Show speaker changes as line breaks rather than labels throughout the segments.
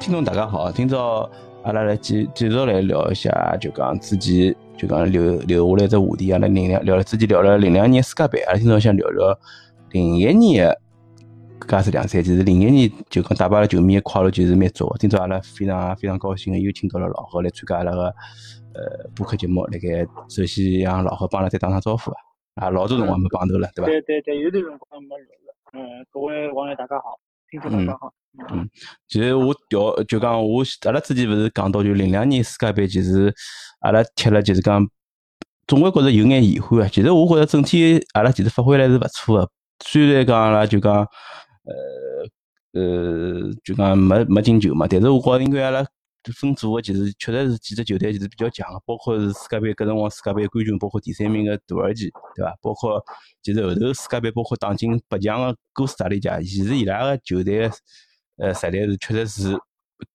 听众大家好，今朝阿拉来继继续来聊一下，就讲之前就讲留留下来只话题，阿拉零两聊了之前聊了零两年世界杯，阿拉今朝想聊聊零一年的搿是两赛季，是零一年就讲带拨阿拉球迷的快乐就是蛮足的。今朝阿拉非常非常高兴的又请到了老何来参加阿拉个呃播客节目，辣盖首先让老何帮阿拉再打声招呼吧。啊，老多辰光没碰头了，对伐？
对对对，有段辰光没录了。嗯，各位网友大家好，听众大家好。
嗯，其实我调就讲我阿拉之前勿是讲到就零两年世界杯，其实阿拉踢了就是讲，总归觉着有眼遗憾啊。其实我觉着整体阿拉其实发挥来是勿错个，虽然讲阿拉就讲呃呃就讲没没进球嘛，但是我觉着应该阿拉分组个其实确实是几只球队其实比较强个，啊包括是世界杯搿辰光世界杯冠军，包括第三名个土耳其，对伐？包括其实后头世界杯包括打进八强个哥斯达黎加，其实伊拉个球队个呃实力是确实是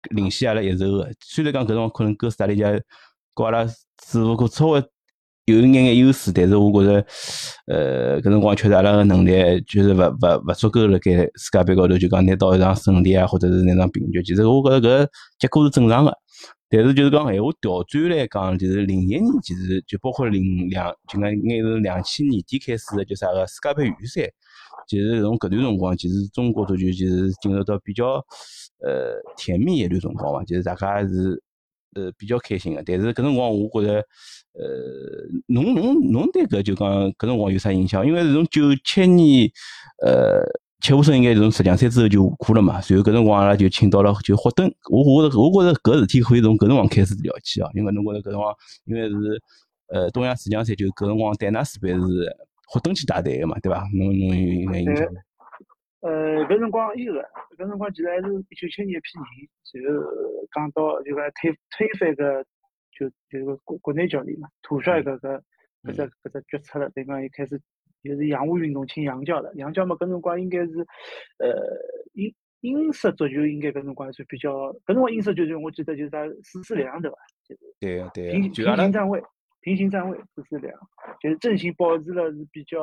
领先阿拉一筹个。虽然讲搿辰光可能哥斯达黎加和阿拉似乎可稍微有一眼眼优势，但是我觉着呃搿辰光确实阿拉个能力就是勿勿勿足够辣盖世界杯高头就讲拿到一场胜利啊，或者是拿场平局。其实我觉着搿结果是正常个。但是就是讲，闲话调转来讲，就是零一年，其实就包括零两，就讲应该是两千年底开始的，就啥个世界杯预选赛，其实从搿段辰光，其实中国足球其实进入到比较呃甜蜜一段辰光嘛，就是大家是呃比较开心的。但是搿辰光，我觉着呃，侬侬侬对搿就讲搿辰光有啥印象？因为是从九七年呃切沃森应该从十强赛之后就下课了嘛，随后搿辰光阿拉就请到了就霍顿。我我觉着我觉着搿事体可以从搿辰光开始聊起啊，因为侬觉着搿辰光因为是呃东亚十强赛就搿辰光戴拿斯杯是霍顿去带队个嘛，对伐？侬侬有应该印象
对？呃，搿辰光有个，搿辰光其实还是一九七年一批人，然后讲到就讲推推翻个就就个国国内教练嘛，吐槽一个搿搿只搿只决策了，对讲伊开始就是洋务运动请洋教了，洋教嘛搿辰光应该是呃英英式足球应该搿辰光是比较，搿辰光英式足球我记得就是啥四四两对伐？就是
对个对
平
个，
平
就阿拉
行站位，平行站位不是两，就是阵型保持了是比较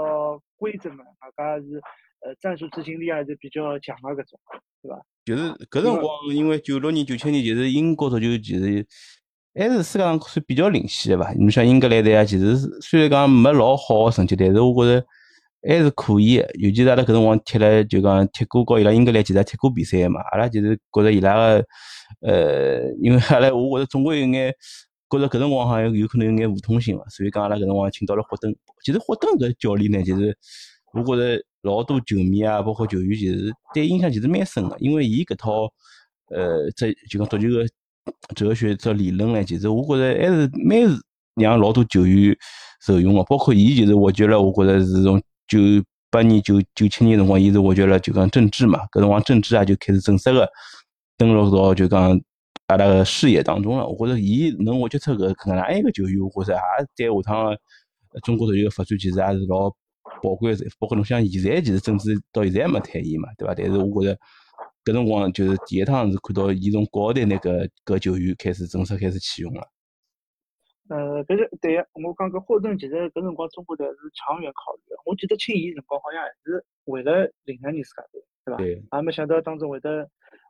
规整的，大家是呃战术执行力还是比较强的搿种，对伐？
就是搿辰光，啊因为九六年、九七年，其实英国足球其实还是世界上算比较领先的吧。你像英格兰队啊，其实是虽然讲没老好的成绩，但是我觉着还是可以的。尤其是阿拉搿辰光踢了，就讲踢过和伊拉英格兰，其实也踢过比赛的嘛。阿拉其实觉着伊拉个呃，因为阿拉我觉着总归有眼。觉着搿辰光好像有可能有眼互通性嘛，所以讲阿拉搿辰光请到了霍顿。其实霍顿搿教练呢，其实我觉着老多球迷啊，包括球员，其实对印象其实蛮深个，因为伊搿套呃，这就讲足球个哲学这理论呢，其实我觉着还是蛮让老多球员受用个，包括伊其实挖掘了，我觉着是从九八年、九九七年辰光，伊是挖掘了就讲政治嘛，搿辰光政治啊就开始正式个登陆到就讲。阿拉啊个视野当中了，我觉着伊能挖掘出搿可能哪一个球员，我觉着也对啊下趟个呃中国足球个发展其实也是老宝贵的，包括侬像现在其实政治到现在也没退役嘛，对伐？但是我觉着搿辰光就是第一趟是看到伊从国奥队那个搿球员开始正式开始启用了。
呃，搿是对个，我讲搿霍顿其实搿辰光中国队是长远考虑的，我记得请伊辰光好像还是为了零两年世界杯，对伐？
对
也啊没想到当中会得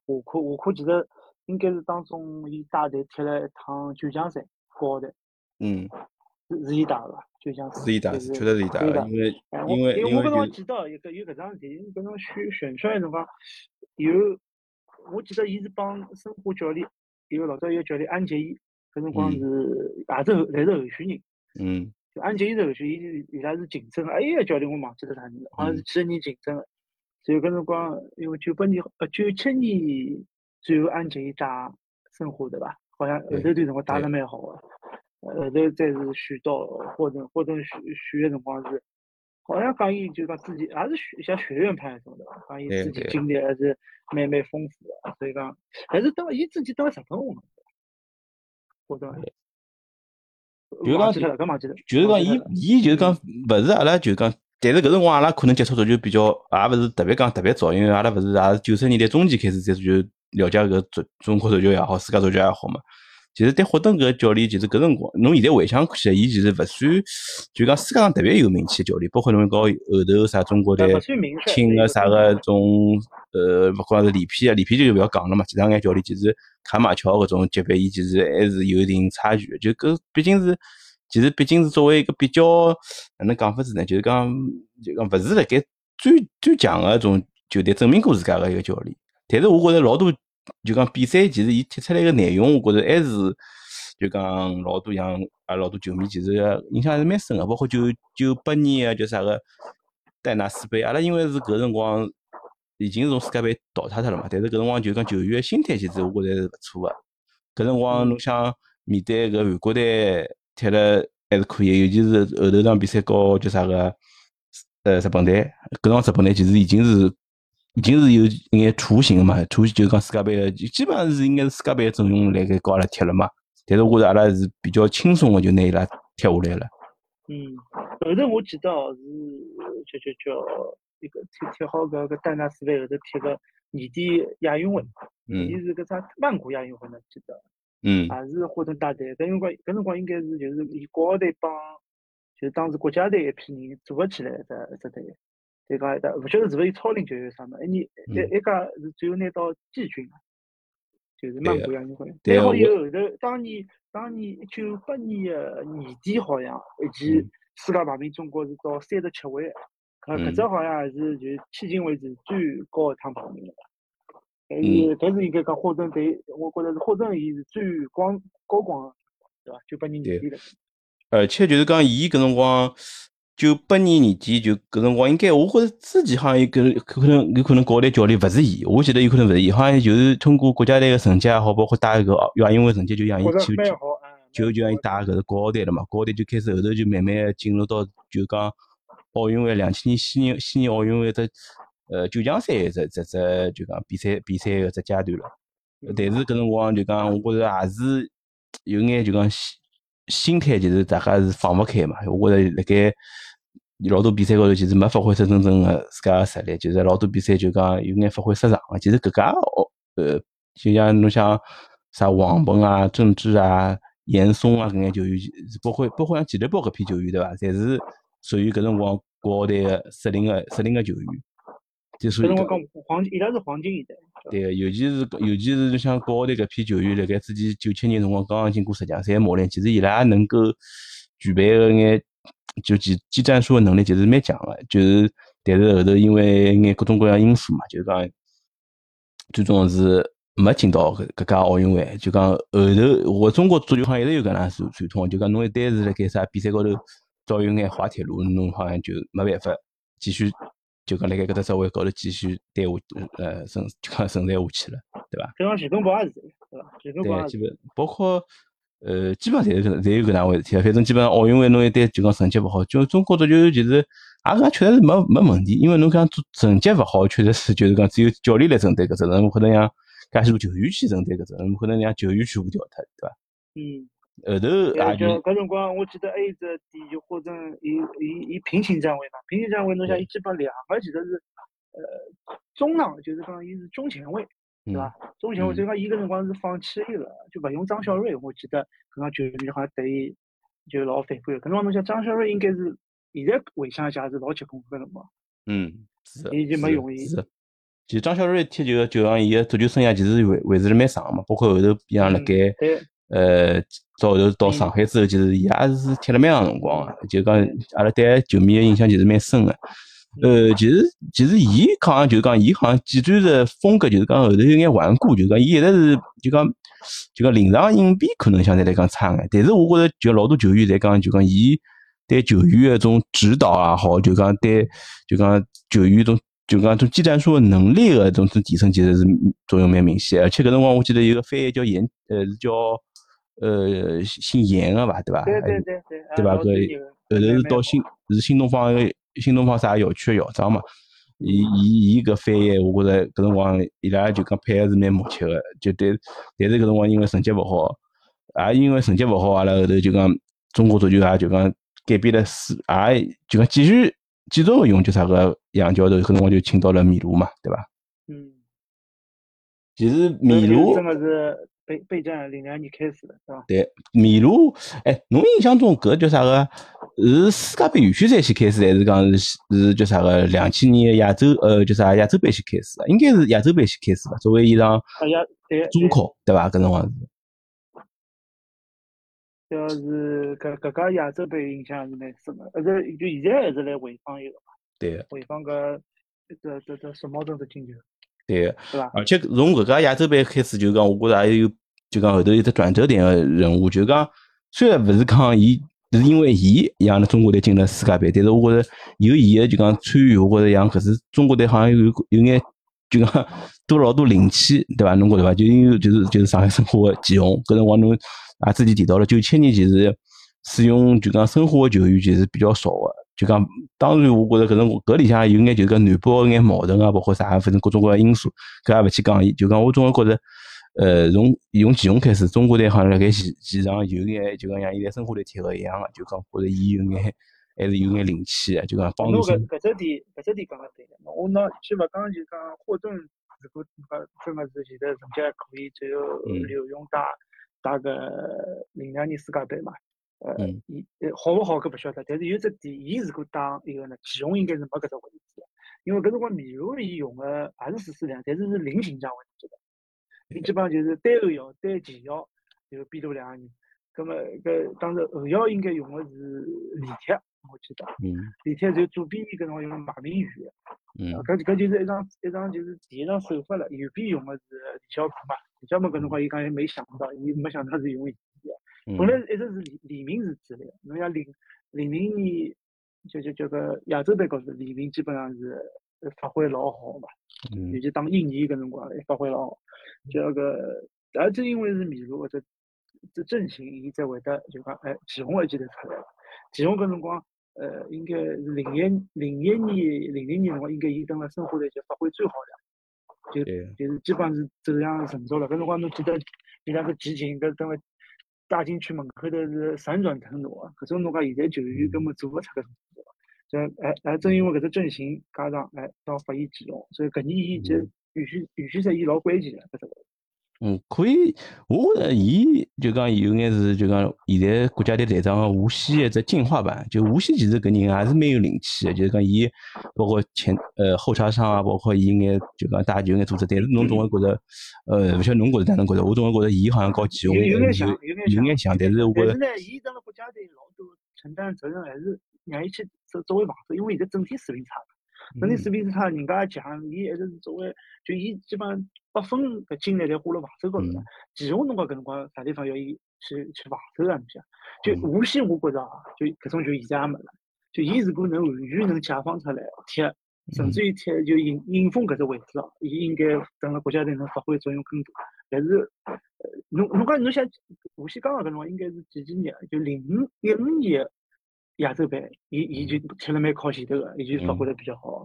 下课，下课其实应该是当中伊带队踢了一趟九强赛，国奥队
嗯，
是是伊带个伐？九强赛
是伊打，
就
确实是伊打
对的
的，因为
哎我
因为
因
因为
我搿辰光
就
记得有个有搿桩事体，因为搿辰光选选出来的辰光，有我记得伊是帮申花教练，有老早有个教练安杰伊，搿辰光
嗯
是也是后侪是候选人，
嗯
就安杰伊是候选人，伊是伊拉是竞争的，还有一个哎教练我忘记了啥人了，好
嗯
像是几个人竞争的。然后搿辰光，因为九八年呃九七年最后安杰伊带申花对伐？好像后头
对
段辰光打
对
得蛮好个，后头再是选到霍顿，霍顿选选个辰光是，好像讲伊就讲自己也是学像学院派那种对伐？讲伊
对
自己
对啊
经历还是蛮蛮丰富个，所以讲还是当伊自己当日本红了，霍顿。
比如
忘
讲
记了，搿忘记了，
就是
忘
讲
记
伊
了
伊就是讲勿是阿拉就是讲，但是搿辰光阿拉可能接触足球比较，也勿是特别讲特别早，因为阿拉勿是也是九十年代中期开始接触足球，了解搿足中国足球也好，世界足球也好嘛。其实对霍顿搿教练，其实搿辰光，侬现在回想起来，伊其实勿算，就讲世界上特别有名气的教练，包括侬讲后头啥中国队
勿算名帅
请
对
个
有
啥
可
个
能
种呃，勿光是里皮啊，里皮就勿要讲了嘛。其他眼教练其实卡马乔搿种级别，伊其实还是有一定差距的。就搿毕竟是，其实毕竟是作为一个比较哪能讲法子呢？就是讲就讲勿是辣盖最最强个种球队证明过自家个一个教练。但是我觉着老多就讲比赛，其实伊踢出来个内容，我觉着还是就讲老多像啊老多球迷其实印象还是蛮深个，包括九九八年啊，叫啥个戴拿斯杯，阿拉因为是搿辰光已经从世界杯淘汰脱了嘛，但是搿辰光就讲球员个心态其实我觉着还是勿错个。搿辰光侬想面对搿韩国队踢了还是可以，尤其是后头场比赛搞叫啥个呃日本队，搿辰光日本队其实已经是已经是有一眼雏形了嘛，雏形就是讲世界杯的，就基本上是应该是世界杯的阵容来给搞阿拉踢了嘛。但是我觉着阿拉是比较轻松的就拿伊拉踢下来了。
嗯，后头我记得哦是叫叫叫一个踢踢好搿个戴拿斯杯后头踢个年底亚运会，年底
嗯
是搿啥曼谷亚运会呢？记得
嗯
也是霍顿带队，搿辰光搿辰光应该是就是以国奥队帮就是当时国家队一批人组合起来一只一只队，就讲一只勿晓得是勿是有超龄球员啥么，一年一
嗯
一家是最后拿到季军的，就是
对
曼
个
谷亚运会。
对
然
个
后
我
有后头当年当年一九八年的年底好像以及
嗯
世界排名中国是到三十七位的，搿
嗯
搿只好像是就是迄今为止最高一趟排名了。但
嗯
是，但哎是应该讲霍顿对，我觉着是霍顿伊是最光高光的，对伐？九八年年
对
底了，
而且就是讲伊搿辰光九八年年底就搿辰光，应该我觉着自己好像有可可能有可能国内教练勿是伊，我记得有可能勿是伊，好像就是通过国家队个成绩也好，包括带搿个亚运会成绩，哎就让伊
觉
去
着蛮好啊。
就就让伊
打。
带搿个国奥队了嘛，国奥队就开始后头就慢慢地进入到就讲奥运会两千年悉尼悉尼奥运会只呃九强赛这这这就讲比赛比赛个只阶段了。但是搿辰光就讲，我觉着也是有眼就讲心心态，其实大家是放勿开嘛。我觉着辣盖老多比赛高头，其实没发挥出真正个自家个实力，就是老多比赛就讲有眼发挥失常个。其实搿家哦，呃，就像侬像啥王鹏啊、郑智啊、严嵩啊搿眼球员，包括包括像纪律包搿批球员对伐？侪是属于搿辰光国奥队个适龄个适龄个球员。就属于
搿辰
搿
光讲黄金，伊拉是黄金一代。
对个，尤其是尤其是像国奥队搿批球员，辣盖之前九七年辰光刚刚经过十强赛磨练，其实伊拉也能够具备个眼就技技战术个能力，其实蛮强个。就是，但是后头因为眼各种各样因素嘛，就是讲最终是没进到搿搿届奥运会。就讲后头，我中国足球好像一直有搿能传传统，就讲侬一旦是辣盖啥比赛高头遭遇眼滑铁卢，侬好像就没办法继续就讲辣盖搿只职位高头继续待下呃存就讲存在下去了，对伐？
搿辰光徐根宝也是，对伐？徐根宝
对，
也
基
是。
本包括呃，基本上侪是搿侪有搿能回事体啊。反正基本上奥运会侬一旦就讲成绩勿好，就中国足球其实阿搿确实是没没问题，因为侬讲做成绩勿好，确实是就是讲只有教练来承担搿责任，勿可能让介许多球员去承担搿责任，勿可能让球员全部调脱，对伐？
嗯，
后头
然
啊
后就
就
搿辰光，我记得还有一只点，就或者伊伊伊平行站位嘛，平行站位侬想
对
伊基本两个其实是呃中场，就是讲伊是中前卫。对伐？中前卫，
嗯
所以讲伊搿辰光是放弃伊个，就勿用张小瑞。我记得搿趟球迷好像对伊就老反感。搿辰光侬想张小瑞应该是现在回想一下是老结棍搿辰光，
嗯，是的，
已经
是
没
的
用意
是的。其实张小瑞踢球，就像伊个足球生涯其实维维持了蛮长嘛，包括后头像辣
嗯
盖
对
呃，到后头到
嗯
上海之后，其实伊也是踢了蛮长辰光啊，就讲
对
阿拉对球迷个印象其实蛮深个。呃，其实其实伊好像就是讲，伊好像技战术风格就是讲后头有眼顽固，就是讲伊一直是就讲就讲临场应变可能相对来讲差眼，但是我觉着就老多球员在讲就讲伊对球员个种指导也好，就讲对就讲球员种就讲种技战术个能力个种种提升，其实是作用蛮明显的。而且搿辰光我记得有个翻译叫严，呃是叫呃姓严个伐，对伐？
对对对对，啊
哎对吧
老专
搿
业的
后头
蛮
是
蛮
到
好
新是新东方个新东方啥校区个校长嘛，伊伊伊搿翻译，我觉着搿辰光伊拉就讲配合是蛮默契个，就但但是搿辰光因为成绩勿好，也因为成绩勿好，阿拉后头就讲中国足球也就讲改变了思，也就讲继续继续个用就啥个杨教头，搿辰光就请到了米卢嘛，对伐？
嗯，
其实
搿
米
就是
卢
真个是备备战零两年开始的，对伐？
对，麋鹿，哎，侬印象中搿叫啥个？是世界杯预选赛先开始，还是讲是是叫啥个？两千年的亚洲呃叫啥亚洲杯先开始的？应该是亚洲杯先开始吧？作为一场
啊呀，对，
中考对伐？搿辰光是
对要是搿搿家亚洲杯影响是蛮深个，而且就现在还是来回放一个嘛，
对个
回放搿这这这什么都是进球，
对个。
对伐？
而且从搿届亚洲杯开始，就讲我觉着也有，就讲后头有只转折点个人物，就讲虽然勿是讲伊是因为伊让中国队进了世界杯，但是我觉着有伊个就讲参与，我觉着让搿次中国队好像有有眼就讲 多老多灵气，对伐？侬觉着伐？就因为就是就是上海申花个祁宏，搿辰光侬也啊自己提到了，九七年其实使用就讲申花个球员其实比较少个。就讲，当然，我觉着搿种搿里向有眼就是搿南北个眼矛盾啊，包括啥，反正各种各样因素，搿也勿去讲伊。就讲我总归觉着，呃，从从祁宏开始，中国队好像辣盖前前场有眼就讲像现在申花队踢个一样啊个，就讲觉着伊有眼还是有眼灵气啊个，就讲帮
侬
助
搿
性。
搿只点搿只点讲得对个，我拿先勿讲就讲霍顿，如果讲真个是现在成绩还可以，只有
嗯
刘勇打打个零两年世界杯嘛，呃
嗯，
伊呃好勿好搿勿晓得，但是有只点，伊如果打一个呢，祁宏应该是没搿只位置的，因为搿辰光麋鹿伊用个也是四四两，但是是零形象位置的，伊基本上就是单后腰、单前腰，然后边头两个人，葛末搿当时后腰应该用个是李铁，我记得。
嗯
李铁就左边伊搿辰光用马呃明宇，
嗯
搿搿就是一场一场就是第一场首发了。右边用个是李小鹏嘛，李小鹏搿辰光伊讲伊没想到，伊没想到是用伊。
嗯
本来一直是李李明是主力，侬像零零零年就就就搿亚洲杯高头，李明基本上是呃发挥老好嘛，尤
嗯
其打印尼搿辰光发挥老好。就那个，也就因为是麋鹿或者这阵型，伊才会得就讲哎，祁宏一记头出来了。祁宏搿辰光，呃，应该是零一零一年、零零年辰光，应该伊登了申花队就发挥最好的，
对
就是基本上是走向成熟了。搿辰光侬记得，伊拉搿集锦搿登了大禁区门口头是闪转腾挪啊，搿种侬讲现在球员根本做勿出搿种事体。就哎哎，正因为搿只阵型加上哎，到发现祁宏，所以搿年伊就
嗯
预选预选赛伊老关键的搿只位。
嗯，可以。我觉着伊就讲有眼是就讲现在国家队队长个啊无锡一只进化版。就无锡其实搿人也是蛮有灵气个，就是讲伊包括前呃后插上啊，包括伊眼就讲带球眼组织，但是侬总归觉着，呃，勿晓得侬觉着哪能觉着，我总归觉着伊好像搞起
有
红
有眼像，
有
眼
眼像，但是我觉
但
着
是呢，伊当了国家队老多承担责任，还是让伊去作作为防守，因为现在整体水平差了。整
嗯
体水平差，人家也强，伊还是作为就伊基本上八分搿精力侪花辣防守高头
嗯
了。其中侬讲搿辰光啥地方要伊去去防守啊？侬想，就
嗯
无锡我觉着啊，就搿种就现在也没了。就伊如果能完全能解放出来踢，
嗯
甚至于踢就引引锋搿只位置啊，伊应该等了国家队能发挥作用更大。但是，呃侬侬讲侬想，无锡刚刚搿辰光应该是几几年？就零五一五年亚洲杯，伊伊就
嗯
踢了蛮靠前头个，伊就发挥得比较好。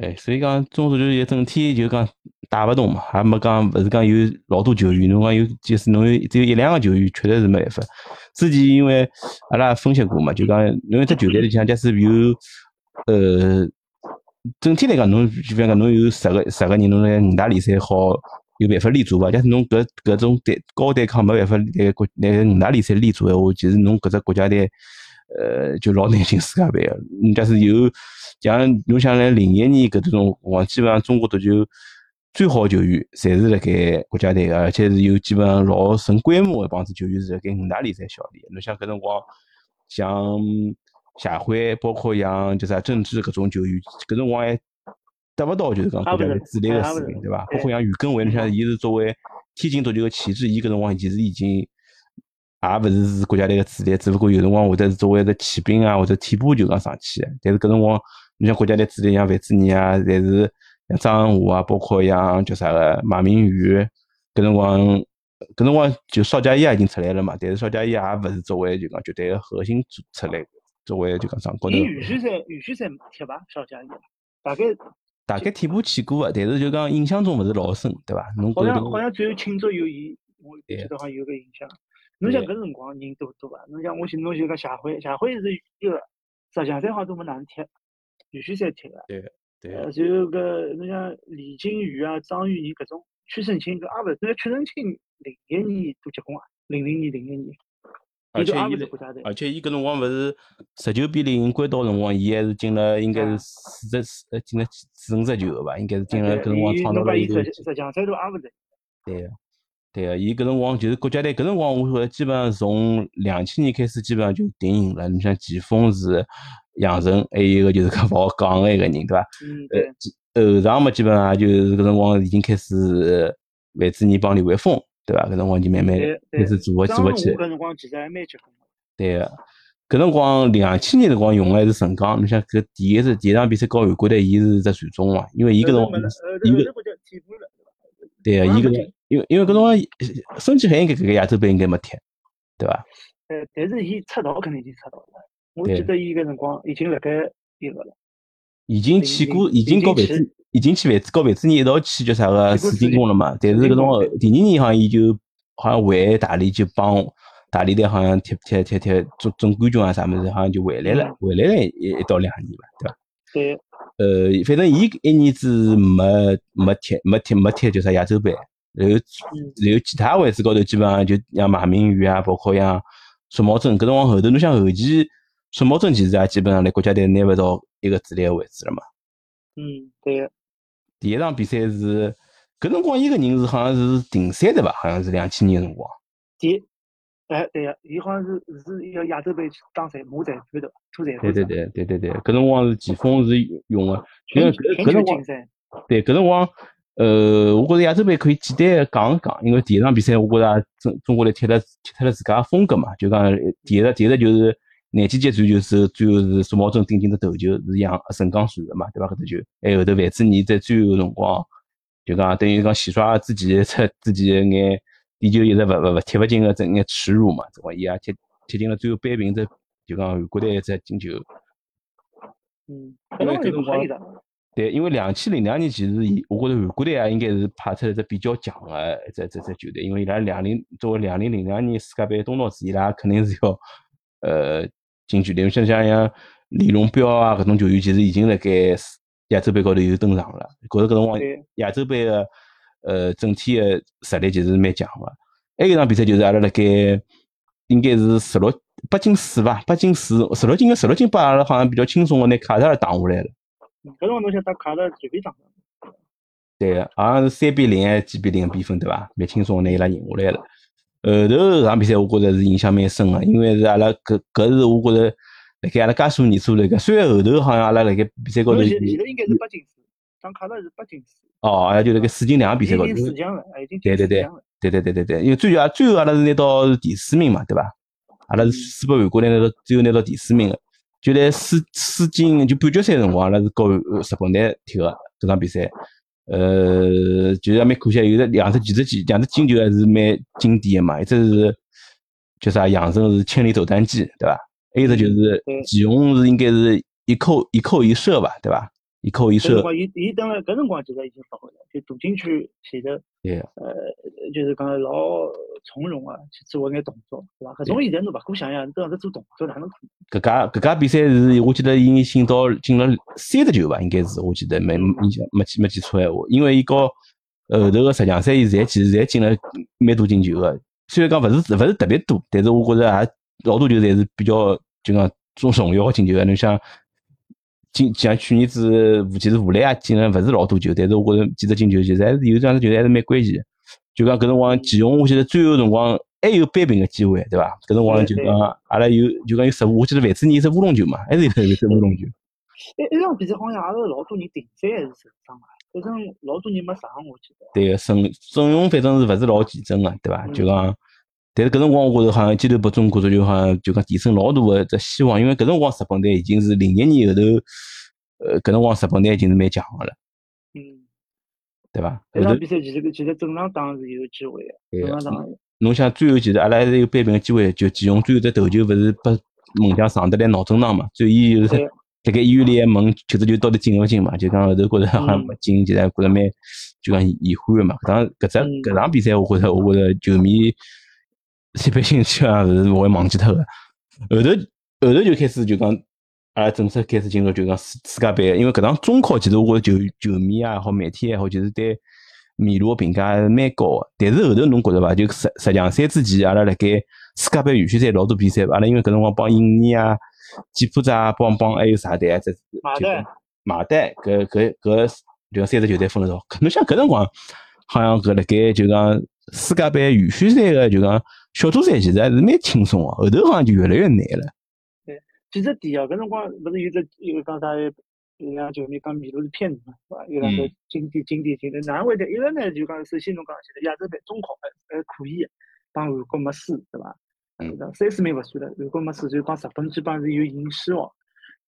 哎，所以讲中足球也整体就讲带勿动嘛，还没讲勿是讲有老多球员，侬讲有就是侬有只有一两个球员确实是没办法。之前因为阿拉也分析过嘛，就讲侬一只球队里向假使有呃，整体来讲侬就比方讲侬有十个十个人，侬来五大联赛好有办法立足伐？假使侬搿搿种对高对抗没办法来国来五大联赛立足的话，其实侬搿只国家队。呃，就老难进世界杯个。人家是有，像侬想来零一年搿种辰光，基本上中国足球最好的球员，侪是辣盖国家队个，而且是有基本上老成规模一帮子球员是辣盖五大联赛效力的。侬想搿辰光，像夏辉，包括像叫啥郑智搿种球员，搿辰光还达勿到就是讲国家队主力个水平，对伐？包括像于根伟，侬想伊是作为天津足球个旗帜，伊搿辰光其实已经。也勿是是国家队个主力，只不过有辰光会得是作为一个骑兵啊或者替补就讲上去的。但是搿辰光，你像国家队主力像范志毅啊，侪是像张恒华啊，包括像叫啥个马明宇，搿辰光搿辰光就邵佳一也已经出来了嘛。但是邵佳一也勿是作为就讲绝对个核心出出来，作为就讲上高头
伊预选赛预选赛踢伐？邵佳怡，大概
嗯大概替补去过个，但是就讲印象中勿是老深，对伐？侬觉
好
着
像好像只有庆祝有伊，我记
对
得好像有个印象。侬想搿辰光人多多伐？侬像我寻侬就讲夏辉，夏辉是一个十强赛好像都没哪能踢，预选赛踢个。
对
呃呃，然后搿侬像李金羽啊、张玉宁搿种，曲胜清搿也勿是，因为曲胜清零一年都结婚啊，零零年零一年，
而
伊
且
就也
伊
勿是
是
国家队，
而且伊搿辰光勿是十九比零关岛辰光，伊还是进了应该是
啊
四十四呃进了四五十球个吧，应该是进了搿辰光
伊
创造
侬把
了
伊
一个
十十强赛都也勿是，
对个，对啊个，伊搿辰光就是国家队，搿辰光我觉着基本上从两千年开始，基本上就定型了。你像季风是杨晨，还有一个就是搿勿好讲个一个人，对伐？
嗯
呃
对，
后场嘛，基本上就是搿辰光已经开始呃范志毅帮李慧峰，对伐？搿辰光就慢慢
对对
开始组合
张
组合
龙我
起来。
搿辰光其实还蛮结棍的，
对个，搿辰光两千年辰光用个还是陈刚，你像搿第一次第一场比赛搞韩国队，伊是只传中嘛，因为伊搿辰
后头
光
没了呃后
伊
头后
搿
头国家替补了，
对
马
呃个，伊
上
搿
就
辰因为因为搿辰光呃孙继海应该搿个亚洲杯应该没踢，对伐？
呃，但是伊出道肯定已经出道了，我
对
记得伊搿辰光已经辣盖伊个了，
已经
已
去
经
过，已
已
经
经
搞范
去
志，已经去范志，搞范志毅一道去叫啥个
去
水
过四
晶
金
宫了嘛？但是搿
水晶
辰光
宫
第二年好像伊就好像回大连就帮大连队好像踢踢踢踢总总冠军啊啥物事，好像就回来了
嗯，
回来了一一到两年吧，对伐？
对。
呃，反正伊一年子没没踢，没踢，没踢，叫啥亚洲杯。然后，然后其他位置高头基本上就像马明宇啊，包括像苏茂贞，搿辰光后头侬想后期苏茂贞其实也基本上来国家队拿勿到一个主力个位置了嘛。
嗯，对个，
第一场比赛是搿辰光伊个人是好像是停赛的吧？好像是两千年辰光。
第，哎，对个，伊好像是是一个亚洲杯当裁马裁判头，土裁判
对对
头，
对对对对，搿辰光是前锋是用个，因为搿搿辰
全全球
光
竞赛，
对，搿辰光，呃，我觉着亚洲杯可以简单地讲一讲，因为第一场比赛我觉着中中国队踢了踢出了自家的风格嘛，就讲第一个第一个就是南极集团就是最后是苏茂贞顶进的头球是杨沈刚传的嘛，对伐？搿只球，还有后头范志毅在最后辰光就讲等于讲洗刷自己出自己的眼点球一直勿勿勿踢勿进个这眼耻辱嘛，对伐？伊也踢踢进了最后扳平只就讲韩国队一只进球。
嗯，
因为
搿
搿辰
辰光
光
可以的，
对，因为两千零两年其实伊，我觉着韩国队啊，应该是派出了一只比较强的一只一只一只球队，因为伊拉两零作为两零零两年世界杯的东道主，伊拉肯定是要呃近距离。像像像李龙彪啊搿种球员，其实已经辣盖世亚洲杯高头有登场了。觉着搿辰光
对
亚洲杯的呃整体的实力其实是蛮强的。还有一场比赛就是阿拉辣盖应该是十六北京四吧，北京四十六进个十六进八，阿拉好像比较轻松的拿卡塔尔打下来了。
嗯搿辰光侬想打卡了随便打，
对个，好像是三比零还是几比零比分对伐？蛮轻松地拿伊拉赢下来了。后头搿场比赛我觉着是印象蛮深个，因为是阿拉搿搿是我觉着辣盖阿拉介许多年数辣盖，虽然后头好像阿拉辣盖比赛高头
侬
有
现现在应该是八进四，打卡了是八进四，
哦，阿拉就辣盖四进两个比
已
赛
经
高头
进，四强了，哎已经
对对
进四
对
强了，
对对对对对，因为最后啊最后阿拉是拿到第四名嘛，对伐？阿拉是输拨韩国队拿到最后拿到第四名个，就辣四四进就半决赛辰光，阿拉是和呃日本队踢个搿场比赛。呃，就是也蛮可惜，有的两只其实几两只进球还是蛮经典个嘛，一只是叫啥杨晨是千里走单骑，对伐？还有一只就是
对
祁宏是应该是一扣一扣一射吧，对伐？一扣一
搿辰
射，
光伊伊等了搿辰光其实已经发挥了，就大禁区前头，
对
呃，就是讲老从容啊去做一眼动作，对伐？搿种现在侬勿可想象，都让他做动作哪能可能？
搿家搿家比赛是，我记得伊进到进了三十球吧，应该是我记得没印象没记没记错闲话，因为伊和后头个十强赛，伊侪其实侪进了蛮多进球个，虽然讲勿是勿是特别多，但是我觉着也老多球侪是比较就讲重重要个进球啊。侬像今像去年子，其实啊武磊也进了勿是老多球，但是我觉着几只进球其实还是有两只球还是蛮关键的。就讲搿辰光，祁宏我记得最后辰光还有扳平个机会，对伐？搿辰光就
对对
讲阿拉有就讲有失误，我记得范志毅是乌龙球嘛，还是有一只乌龙球。
一一场比赛好像也是老多人停赛还是受伤啊，反正老多人没上，我记得。
对个，阵阵容反正是勿是老健整个，对伐？
嗯
就讲，但是搿辰光我觉着好像鸡头拨中国足球好像就讲提升老大个一只希望，因为搿辰光日本队已经是零一年后头，呃，搿辰光日本队已经是蛮强个了，
嗯，
对伐？
这
后
场
头嗯
比赛其实其实正常打是有机会的，
对
正
个
常打的
侬想最后其实阿拉还是有扳平个机会，就祁宏最后只头球勿是拨门将上得来脑震荡嘛，最后伊就是
对
辣盖医院里还问球只球到底进勿进嘛，就讲后头觉着好像
嗯
没进，其实觉着蛮就讲遗憾个嘛。搿场搿只
嗯
搿场比赛，我觉着我觉着球迷一般性基本上是勿会忘记脱个。后头后头就开始就讲，阿拉正式啊开始进啊入就讲世世界杯，因为搿场中考其实我觉着球球迷也好，媒体也好，就是对米卢个评价还是蛮高个。但是后头侬觉着伐？就十十两岁之前，阿拉辣盖世界杯预选赛老多比赛，阿拉因为搿辰光帮印尼啊、柬埔寨啊、帮帮还有啥队啊，这
马
就
代
马代搿搿搿就三十球队分了多少？可能像搿辰光，好像搿辣盖就讲世界杯预选赛个就讲小组赛，其实还是蛮轻松个，后头好像就越来越难了。
其实第一啊，搿辰光勿是有只有讲啥，有两球迷讲米卢是骗子嘛，是伐？有两个
嗯
经典经典经典，哪会得？一个呢就讲，首先侬讲起来亚洲杯中考还还可以，帮韩国没输，对伐？
嗯
对伐，三四名勿算了，韩国没输，就帮日本基本上是有赢希望。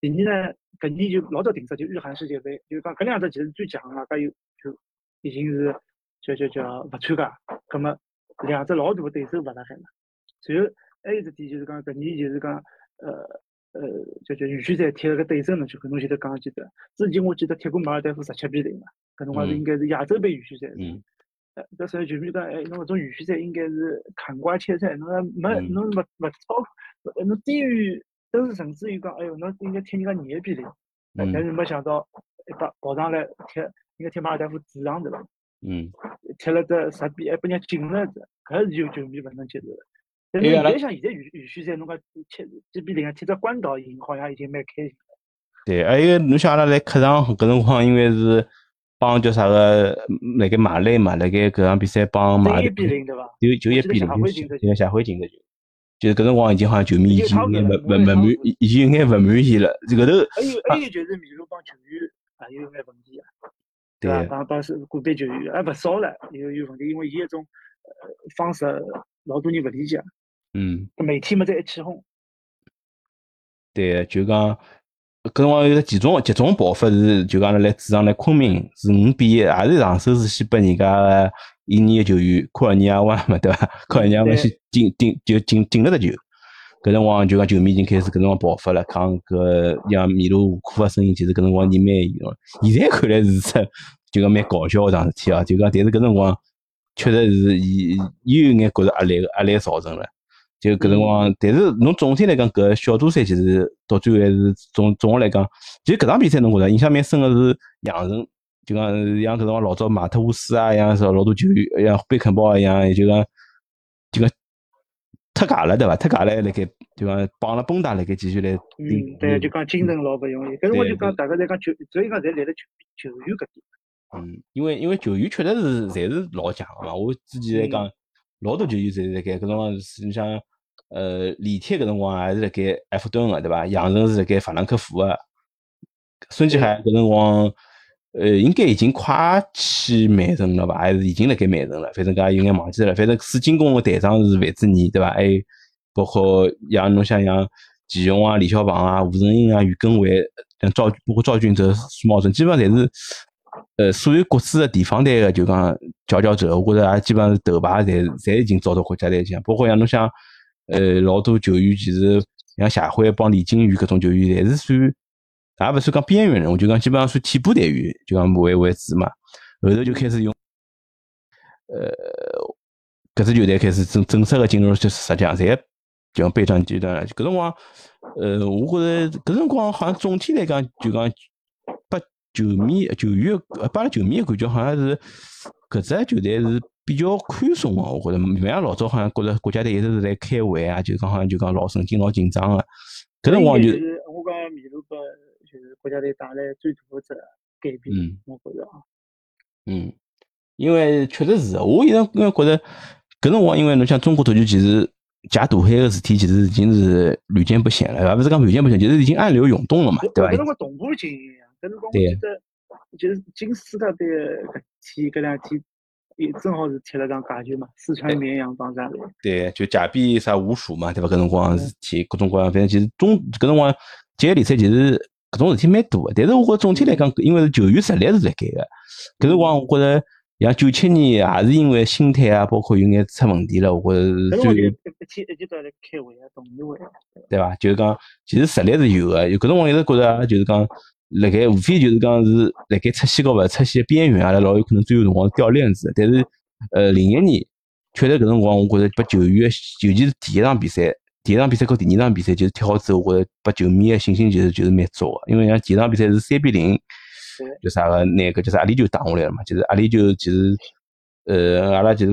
第二呢，搿年就老早定出就日韩世界杯，就讲搿两只其实最强个，介有就已经是叫叫叫勿参加，葛末两只老大个对手勿辣海了。随后还有一只点就是讲搿年就是讲呃。呃，就就预选赛踢了个对手呢，就搿侬前头讲记得，之前我记得踢过马尔代夫十七比零嘛，搿辰光
嗯
是应该是亚洲杯预选赛。
嗯。
呃，搿时候球迷讲，哎，侬搿种预选赛应该是砍瓜切菜，侬还没
嗯
侬勿勿超，呃侬低于，都是甚至于讲，哎哟，侬应该踢人家廿比零，呃但
嗯
是没想到一把跑上来踢，应该踢马尔代夫主场对伐？
嗯，
踢了只十比，还拨哎人家进了一只，搿是有球迷勿能接受的。但是
因为
现
阿拉
在想，现在预预选赛侬讲踢几比零啊，踢只关岛赢，好像已经蛮开心。
对，还有侬想阿拉来客场搿辰光，因为是帮叫啥个嗯辣盖马累嘛，辣盖搿场比赛帮马
只
累
一比零对伐？
就就一
记得
比
下
零，
回
就
进
是
的
就下回进的球，就是搿辰光已经好像球迷已
已经
经
差
有
不多
眼
了
勿勿
我也
勿
差
满
不多，
已已经有眼勿满意了。这搿头
还 有还有就是米卢帮球员啊有眼问题啊，
对
伐？帮帮是个别球员还勿少了，有有问题，因为伊一种呃方式老多人勿理解，
嗯。
每天么在一起哄，
对，就讲搿辰光有个集中集中爆发是，就讲阿拉来主场来昆明是五比一，也是上手是先拨人家个印尼个球员库尔尼亚湾嘛，对伐？库尔尼亚湾先进进就进进了只球。搿辰光就讲球迷已经开始搿辰光爆发了，讲搿像米卢库克个声音，其实搿辰光人蛮严重的。现在看来是 只就讲蛮搞笑个桩事体啊，就讲但是搿辰光确实是伊伊有眼觉着压力压力造成了。就搿辰光，但是侬总体来讲，搿小组赛其实到最后还是总总的来讲，其实搿场比赛侬觉着印象蛮深个是杨晨，就讲是像搿辰光老早马特乌斯啊，像是老多球员，像贝肯啊鲍尔一样，就讲就讲脱架了对伐？脱架了辣盖就讲绑了绷带辣盖继续来顶
嗯，对，就讲精神老勿容易。搿辰光就
对
讲大家在讲球，所以讲侪来了球球员搿点。
嗯，因为因为球员确实是侪是老强个嘛。我之前在讲，老多球员侪是辣盖搿辰光是，你像呃李铁搿辰光还是辣盖埃弗顿个对伐？杨晨是辣盖法兰克福个，孙继海搿辰光呃应该已经快去曼城了伐？还是已经辣盖曼城了？反正搿也有眼忘记了。反正水晶宫个队长是范志毅对伐？还有包括像侬想像祁宏啊、李小鹏啊、吴承英啊、于根伟，呃像赵包括赵俊哲、苏茂成，基本上侪是呃所有国资的地方队个就讲佼佼者，我觉着也啊基本上是头牌，侪侪已经招到国家队去了。包括像侬想呃老多球员，其实像谢辉帮李金羽搿种球员，侪是算也勿算讲边缘人物，就讲基本上算替补队员，就讲为为主嘛。后头就开始用呃搿支球队开始正正式的进入就是十强赛，就讲备战阶段了。搿辰光，呃，我觉着搿辰光好像总体来讲，就讲拨球迷、球员的，呃拨阿拉球迷的感觉好像是搿只球队是比较宽松个。我觉着，勿像老早好像觉着国家队一直是在开会啊，就讲好像就讲老神经、老紧张个。搿辰光就
所以就是我讲米卢拨就是国家队带来最大的只改变
嗯，
我觉着啊。
嗯，因为确实是的，啊我现在因为觉得搿辰光，因为侬像中国足球，其实解大海个事体，其实已经是屡见不鲜了，也勿是讲屡见不鲜，就是已经暗流涌动了嘛，对
搿辰
伐？
光同步经营，搿辰光我
对
记得就是进世界杯搿天搿两天，也正好是踢了场假球嘛，四川绵阳帮啥队。
对，就假币啥无数嘛，对伐？搿辰光事体，各种各样，反正其实中搿辰光职业联赛其实搿种事体蛮多个，但是我觉得总体来讲，因为是球员实力是辣盖个，搿辰光我觉着像九七年也是因为心态啊，包括有眼出问题了，我觉
搿
着
辰光就
最
一一天一天到来开会啊，动员会啊。
对伐？就是讲，其实实力是有个，有搿辰光一直觉着阿拉就是讲，辣盖无非就是讲是辣盖出线高勿出线边缘，阿拉老有可能最后辰光掉链子。但是，呃，零一年确实搿辰光，我觉着把球员，尤其是第一场比赛，第一场比赛和第二场比赛就是踢好之后，我觉着把球迷个信心其实就是蛮足个，因为像第一场比赛是三比零
对，
就啥个那个就是阿里就打下来了嘛，就是阿里就其实呃，阿拉就是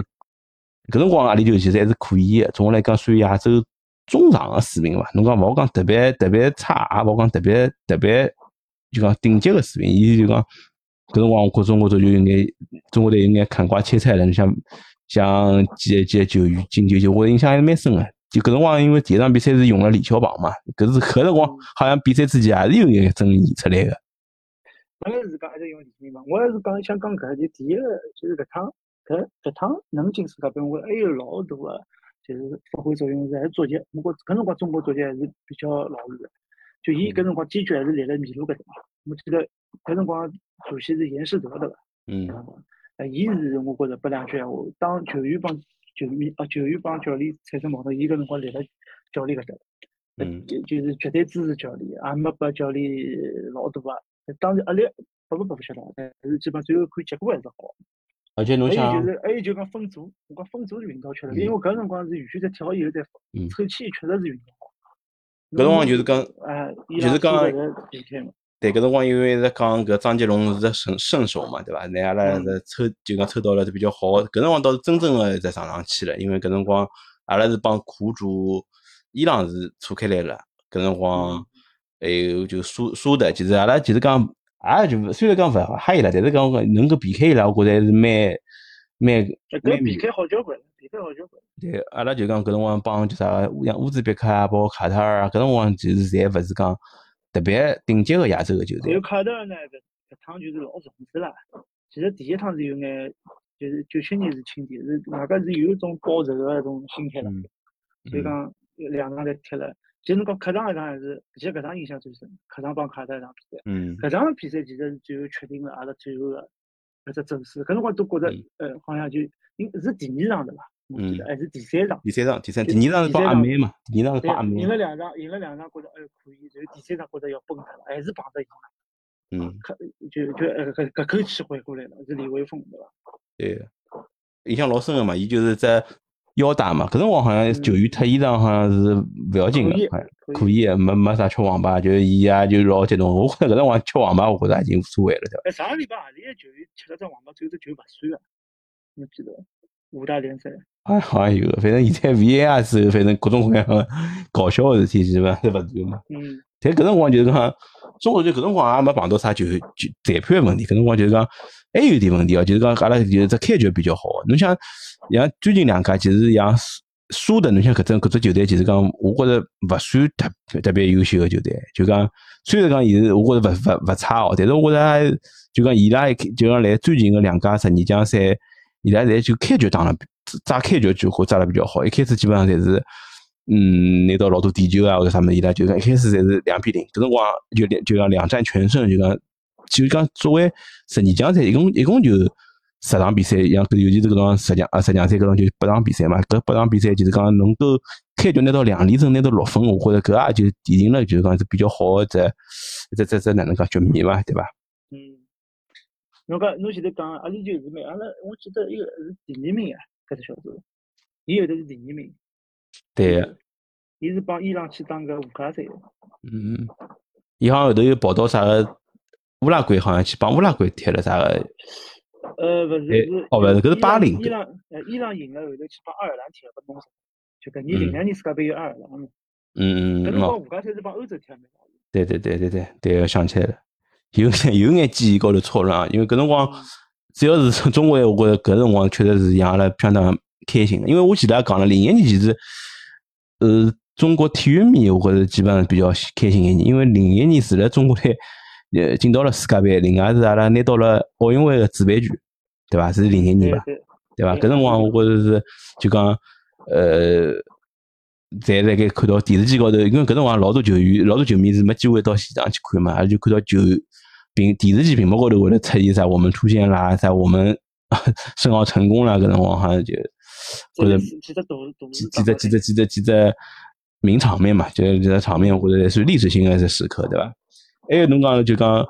搿辰光阿里球其实还是可以个，总个来讲算亚洲中上个水平伐。侬讲勿好讲特别特别差，也勿好讲特别特别就讲顶级个水平。伊就讲搿辰光，我觉中国足球有眼中国队有眼砍瓜切菜了。你像像几几球员进球，就我印象还是蛮深个。就搿辰光，因为第一场比赛是用了李小鹏嘛，搿是搿辰光好像比赛之前也是有眼争议出来个。
本来是讲一直用李明嘛，我还是讲想讲搿就第一个就是搿趟搿搿趟能进世界杯，我觉还有哎老大个就是发挥作用是还是足协，我觉搿辰光中国足协还是比较老练个，就伊搿辰光坚决还是立了米卢搿搭。我记得搿辰光主席是严世德对伐？
嗯
呃，伊是我觉着拨两句闲话，当球员帮球迷啊球员帮教练产生矛盾，伊搿辰光立了教练搿搭。
嗯
就就是绝对支持教练，也没拨教练老大啊。当然压力拨勿拨勿晓得，但是基本最后看结果还是好。
而且侬
还有
想
就，是还有就讲分组，我讲分组是运道吃了，
啊嗯
因为我搿辰光是预选赛踢好以后再
嗯
分，抽签确实是运道好。
搿辰光就是讲
哎，
就是讲
比赛嘛，
对，搿辰光因为在讲搿张杰龙是只圣圣手嘛，对伐？那阿拉是抽就讲抽到了比较好的，搿辰光倒是真正的在上上去了，因为搿辰光阿拉是帮苦主伊朗是错开来了，搿辰光还有就输输的，其实阿拉其实讲也就虽然讲勿吓伊拉，但是讲能够避开伊拉，我觉着还是蛮蛮
哎
蛮
搿比赛好交关，比赛好交关。
对，阿拉就讲搿辰光帮就啥个像乌兹别克啊，包括卡塔尔啊，搿辰光其实侪勿是讲特别顶级个亚洲个球
还
队
有。卡特呢，搿搿趟就是老重视啦。其实第一趟是有眼，就是九七年是轻点，是外加是有一种报仇个一种心态啦。
嗯
所以讲两场侪踢了。其实侬讲客场一场还是，其实搿场印象最深，客场帮卡塔尔一场比赛。
嗯，
搿场比赛其实是最后确定了阿拉最后个搿只走势。搿辰光都觉着
嗯，
呃，好像就应是第二场对伐？我记得还是第三场。
第三场，第三，
就
第二场是
第
帮
三
阿
场
梅嘛，第二场是
对啊
帮阿，梅
赢。了两场，赢了两场，觉着哎可以，然后第三场觉着要崩塌了，哎还是碰着伊，
嗯，
就就呃搿搿口气回过来了，是李玮峰对伐？
对，印象老深个嘛，伊就是在腰带嘛，搿辰光好像
嗯
球员脱衣裳好像是勿要紧
可
个
以，
好像，
可
可
以。
以个，没没啥吃黄牌，就是伊也就老激动。我觉着搿辰光吃黄牌，我觉着已经无所谓了，对伐？
哎，上个礼拜何里个球员吃了只黄牌，最后只球勿算啊？侬记得伐？五大联赛。
哎，好像有个，反正现在 VAR 之后，反正各种各样的搞笑个事体是伐？是勿断嘛。
嗯，
但搿辰光就是讲，中国队搿辰光也没碰到啥球球裁判个问题，搿辰光就是讲还有一点问题哦，就是讲阿拉就是只开局比较好个。侬像像最近两届，其实像苏苏的，侬像搿种搿支球队，其实讲我觉着勿算特特别优秀个球队，就讲虽然讲伊是我觉着勿勿勿差哦，但是我觉着还就讲伊拉一开就讲来最近个两届十二强赛，伊拉侪就开局打了比，炸开局就会炸了比较好，一开始基本上侪是。嗯，拿到老多点球啊，或者啥么，伊拉就讲一开始侪是两比零，搿辰光就两就讲两战全胜，就讲就讲作为十二强赛，一共一共就十场比赛，像搿尤其是搿种十强啊十强赛搿种就八场比赛嘛，搿八场比赛就是讲能够开局拿到两连胜，拿到六分，我觉着搿也就奠定了就是讲是比较好的只只只只哪能讲局面嘛，对伐？
嗯，侬讲侬前头讲阿里就是蛮，阿拉我记得伊个是第二名啊，搿只小组，伊后头是第二名，
对，
伊是帮伊朗去打个五加赛的，
嗯，伊好像后头又跑到啥个乌拉圭，好像去帮乌拉圭踢了啥个，
呃，勿
哎
是是，
哦勿是搿是
伊
巴
朗
林
伊朗呃伊朗赢了后头去帮爱尔兰踢了，拨弄死了，就搿年零两年世界杯有爱尔兰嘛，
嗯嗯
搿
嗯，
辰
哦
光五加赛是帮欧洲踢的蛮好的，
对对对对对对，我想起来了，有眼有眼记忆高头错乱啊，因为搿辰光
嗯
只要是从中国闲话，我觉着搿辰光确实是让阿拉相当开心的，因为我前头也讲了，零一年其实，呃，中国体育迷我觉着基本上比较开心一年，因为零一年除了中国队呃进到了世界杯，另外是阿拉拿到了奥运会的主办权，对伐？是零一年
嗯对
吧？
对，
对伐？
对
搿辰光我觉着是就讲呃，侪辣盖看到电视机高头，因为搿辰光老多球员、老多球迷是没机会到现场去看嘛，阿拉就看到球屏电视机屏幕高头会得出现啥我们出现啦，啥我们 申奥成功啦，搿辰光好像就
这
觉
个
着
是其实大大
几几只几
是
只几只几只名场面嘛，就是这个场面或者是历史性的是时刻，对伐？还有侬讲就讲，